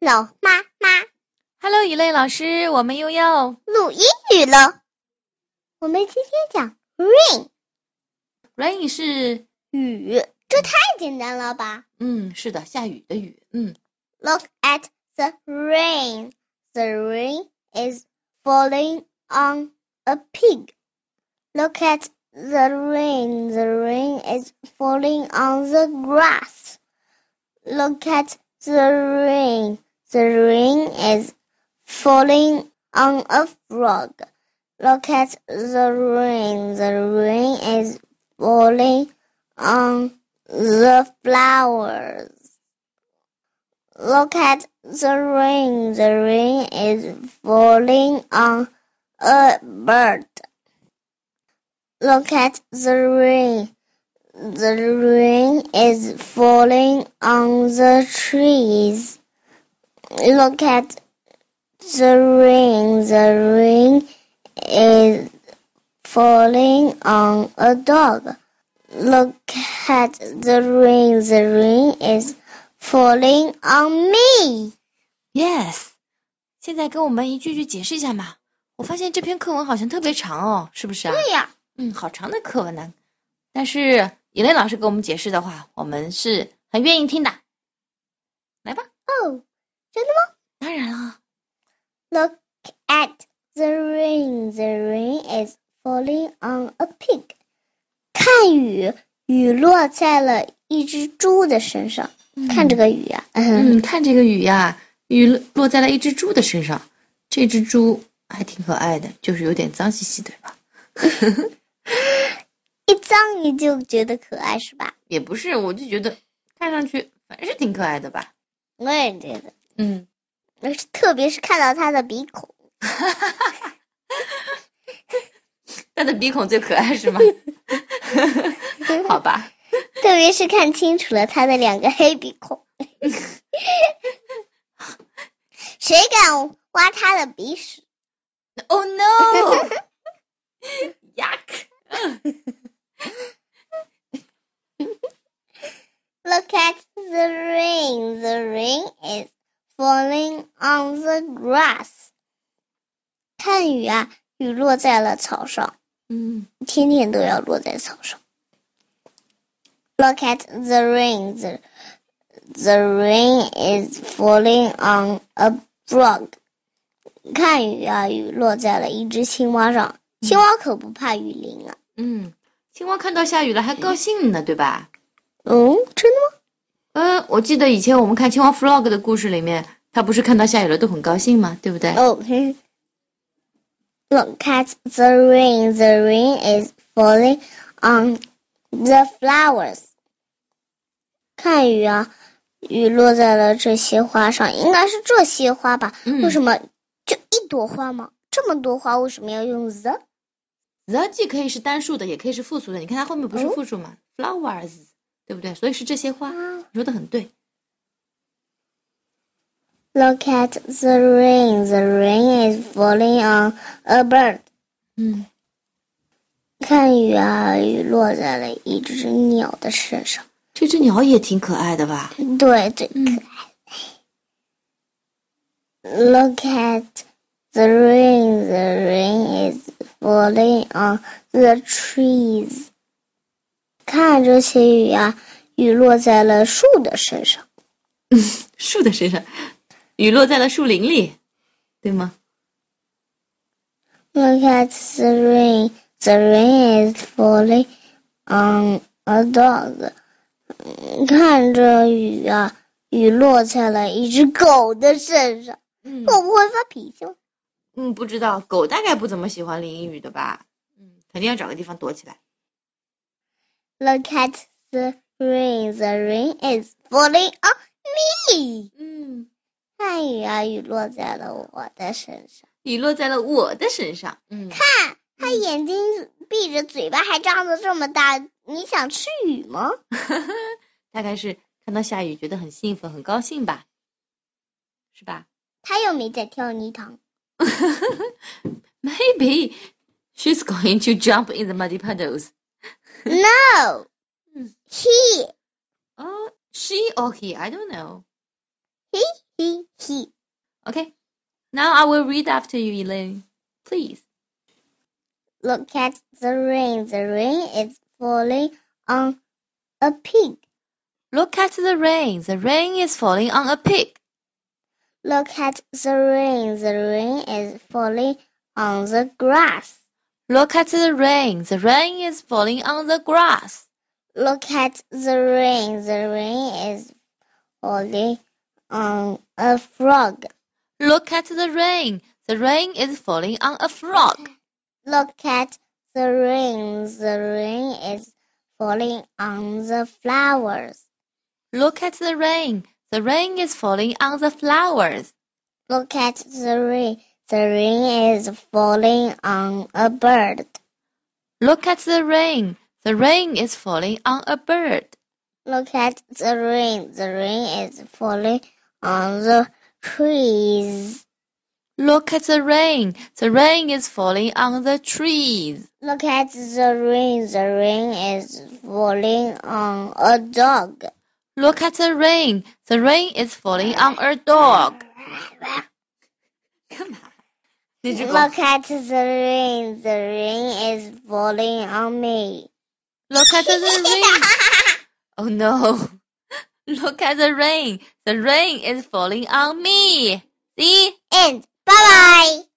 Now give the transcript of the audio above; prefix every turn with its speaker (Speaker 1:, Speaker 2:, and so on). Speaker 1: 老妈妈
Speaker 2: Hello，雨泪老师，我们又要
Speaker 1: 录英语了。我们今天讲 rain
Speaker 2: 软语是，
Speaker 1: 雨，这太简单了吧
Speaker 2: 嗯，是的，下雨的雨，嗯，
Speaker 1: ？Look at the rain. The rain is falling on a pig. Look at the rain. The rain is falling on the grass. Look at the rain. The rain is falling on a frog. Look at the rain. The rain is falling on the flowers. Look at the rain. The rain is falling on a bird. Look at the rain. The rain is falling on the trees. Look at the rain. The rain is falling on a dog. Look at the rain. The rain is falling on me.
Speaker 2: Yes，现在跟我们一句句解释一下嘛。我发现这篇课文好像特别长哦，是不是啊？
Speaker 1: 呀，
Speaker 2: 嗯，好长的课文呢。但是以磊老师给我们解释的话，我们是很愿意听的。来吧，
Speaker 1: 哦，真的
Speaker 2: 当然了，
Speaker 1: Look at the rain. The rain is falling on a pig. 看雨，雨落在了一只猪的身上。看这
Speaker 2: 个，
Speaker 1: 个雨啊，嗯，
Speaker 2: 嗯，看这个雨呀、雨落落在了一只猪的身上，这只猪还挺可爱的，就是有点脏兮兮，对吧？
Speaker 1: 一脏你就觉得可爱是吧？
Speaker 2: 也不是，我就觉得看上去反正是挺可爱的吧。
Speaker 1: 我也觉得，
Speaker 2: 嗯，
Speaker 1: 而是特别是看到它的鼻孔，
Speaker 2: 它的鼻孔最可爱 是吗？好吧，
Speaker 1: 特别是看清楚了它的两个黑鼻 孔。谁敢挖它的鼻屎？
Speaker 2: Oh no! Yuck!
Speaker 1: Look at the rain. The rain is falling on the grass. 看雨啊，雨落在了草上，
Speaker 2: 嗯
Speaker 1: 天天都要落在草上。Look at the rain. The, the rain is falling on a frog. 看雨啊，雨落在了一只青蛙上。青蛙可不怕雨淋啊。
Speaker 2: 嗯，青蛙看到下雨了还高兴呢，对吧？
Speaker 1: 嗯，真的
Speaker 2: 嗯，我记得以前我们看青蛙 vlog 的故事里面，它不是看到下雨了都很高兴吗？对不对？
Speaker 1: Oh, look at the rain. The rain is falling on the flowers. 看雨啊，雨落在了这些花上，应该是这些花吧？
Speaker 2: 嗯，
Speaker 1: 为什么就一朵花吗？这么多花，为什么要用 the？
Speaker 2: the 既可以是单数的，也可以是复数的。你看它后面不是
Speaker 1: 哦
Speaker 2: 复数吗、f l o w e r s 对不对？所以是这些花，你说的很对。
Speaker 1: Look at the rain. The rain is falling on a bird.
Speaker 2: 嗯
Speaker 1: 看雨啊，雨落在了一只鸟的身上。
Speaker 2: 这只鸟也挺可爱的吧？
Speaker 1: 对对，
Speaker 2: 嗯
Speaker 1: Look at the rain. The rain is falling on the trees. 看这些雨啊，雨落在了树的身上。
Speaker 2: 树的身上，雨落在了树林里，对吗？
Speaker 1: Look at the rain. The rain is falling on a dog. 嗯看这雨啊，雨落在了一只狗的身上。
Speaker 2: 嗯
Speaker 1: 狗不会发脾气吗？
Speaker 2: 嗯，不知道，狗大概不怎么喜欢淋雨的吧？嗯，肯定要找个地方躲起来。
Speaker 1: Look at the rain. The rain is falling on me.
Speaker 2: 嗯，
Speaker 1: 看雨啊，雨落在了我的身上。
Speaker 2: 雨落在了我的身上。嗯，
Speaker 1: 看，他眼睛闭着，嘴巴还张得这么大。你想吃雨吗？
Speaker 2: 大概是看到下雨觉得很兴奋、很高兴吧？是吧
Speaker 1: 他又没在跳泥塘。
Speaker 2: ？Maybe she's going to jump in the muddy puddles.
Speaker 1: No,
Speaker 2: 嗯
Speaker 1: he
Speaker 2: Oh, she or he? I don't know.
Speaker 1: he he
Speaker 2: Okay. Now I will read after you, Elaine. Please.
Speaker 1: Look at the rain. The rain is falling on a pig.
Speaker 2: Look at the rain. The rain is falling on a pig.
Speaker 1: Look at the rain. The rain is falling on the grass.
Speaker 2: Look at the rain. The rain is falling on the grass.
Speaker 1: Look at the rain. The rain is falling on a frog.
Speaker 2: Look at the rain. The rain is falling on a frog.
Speaker 1: Look at the rain. The rain is falling on the flowers.
Speaker 2: Look at the rain. The rain is falling on the flowers.
Speaker 1: Look at the rain. The rain is falling on a bird.
Speaker 2: Look at the rain. The rain is falling on a bird.
Speaker 1: Look at the rain. The rain is falling on the trees.
Speaker 2: Look at the rain. The rain is falling on the trees.
Speaker 1: Look at the rain. The rain is falling on a dog.
Speaker 2: Look at the rain. The rain is falling on a dog. 那只狗。
Speaker 1: Look at the rain. The rain is falling on me.
Speaker 2: Look at the rain. Oh no. Look at the rain. The rain is falling on me. See?
Speaker 1: And bye bye.